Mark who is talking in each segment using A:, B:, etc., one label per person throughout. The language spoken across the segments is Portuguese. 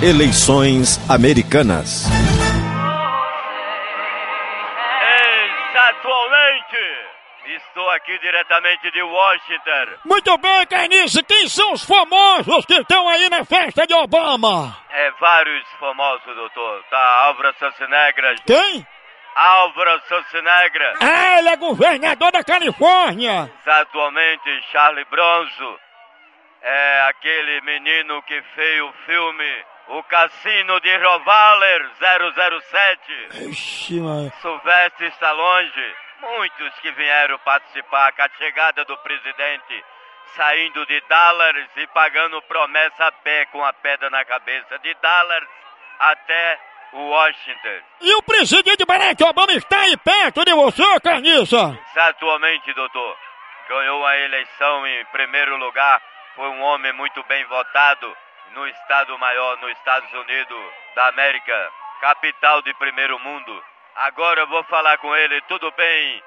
A: Eleições Americanas.
B: Exatamente! Estou aqui diretamente de Washington.
C: Muito bem, Carnice, quem são os famosos que estão aí na festa de Obama?
B: É vários famosos, doutor. Tá Álvaro Sansinegra.
C: Quem?
B: Álvaro Sansinegra.
C: Ah, ele é governador da Califórnia.
B: Exatamente, Charlie Bronzo. É aquele menino que fez o filme O Cassino de Rovaler 007.
C: Ixi, mano.
B: Sylvester Stallone. Muitos que vieram participar com a chegada do presidente, saindo de Dallas e pagando promessa a pé com a pedra na cabeça de Dallas até Washington.
C: E o presidente Barack Obama está aí perto de você, Carniça?
B: Exatamente, doutor. Ganhou a eleição em primeiro lugar. Foi um homem muito bem votado no estado maior nos Estados Unidos da América, capital de primeiro mundo. Agora eu vou falar com ele. Tudo bem,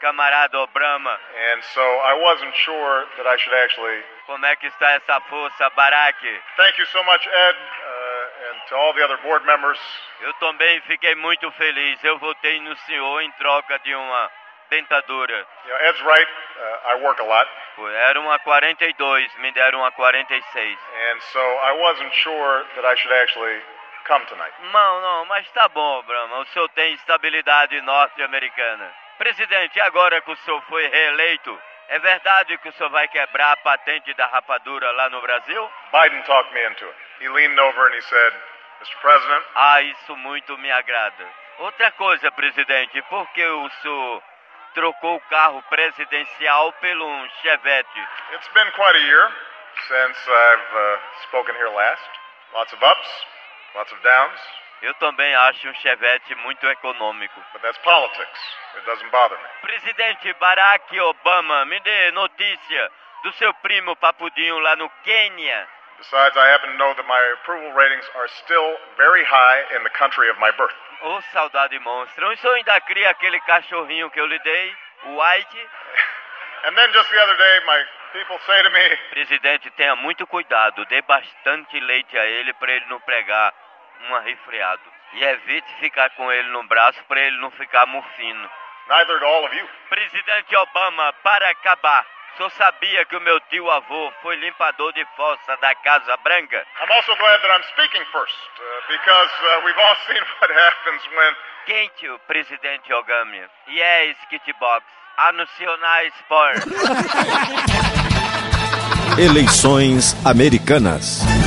B: camarada Obama?
D: And so I wasn't sure that I should actually.
B: Como é que está essa força, Barack?
D: Thank you so much, Ed, uh, and to all the other board members.
B: Eu também fiquei muito feliz. Eu votei no senhor em troca de uma dentadura.
D: You know, Ed's right. Uh, I work a lot,
B: Pô, Era uma 42, me deram uma 46.
D: and so I wasn't sure that I should actually come tonight.
B: Não, não, mas tá bom, Brahma. O senhor tem estabilidade norte-americana. Presidente, e agora que o senhor foi reeleito, é verdade que o senhor vai quebrar a patente da rapadura lá no Brasil?
D: Biden talked me into it. He leaned over and he said, "Mr. President,
B: Ah, isso muito me agrada. Outra coisa, presidente, por que o senhor trocou o carro presidencial pelo um Chevette?
D: it's been quite a year since I've uh, spoken here last. Lots of ups, lots of downs,
B: Eu também acho um Chevette muito econômico.
D: but that's politics. It doesn't bother me."
B: Presidente Barack Obama, me dê notícia do seu primo Papudinho lá no Quênia.
D: Besides, I happen to know that my approval ratings are still very high in the country of my birth.
B: Ô saudade monstro, o senhor ainda cria aquele cachorrinho que eu lhe dei, o White?
D: And then just the other day, my people say to me,
B: Presidente, tenha muito cuidado, dê bastante leite a ele para ele não pregar um resfriado. E evite ficar com ele no braço para ele não ficar mufino.
D: neither do all of you.
B: Presidente Obama, para acabar, o senhor sabia que o meu tio avô foi limpador de fossa da Casa Branca?
D: I'm also glad that I'm speaking first, uh, because uh, we've all seen what happens when.
B: Thank you, Presidente Ogami. Yes, Kitbox. Anunciou na Sport.
A: Eleições Americanas.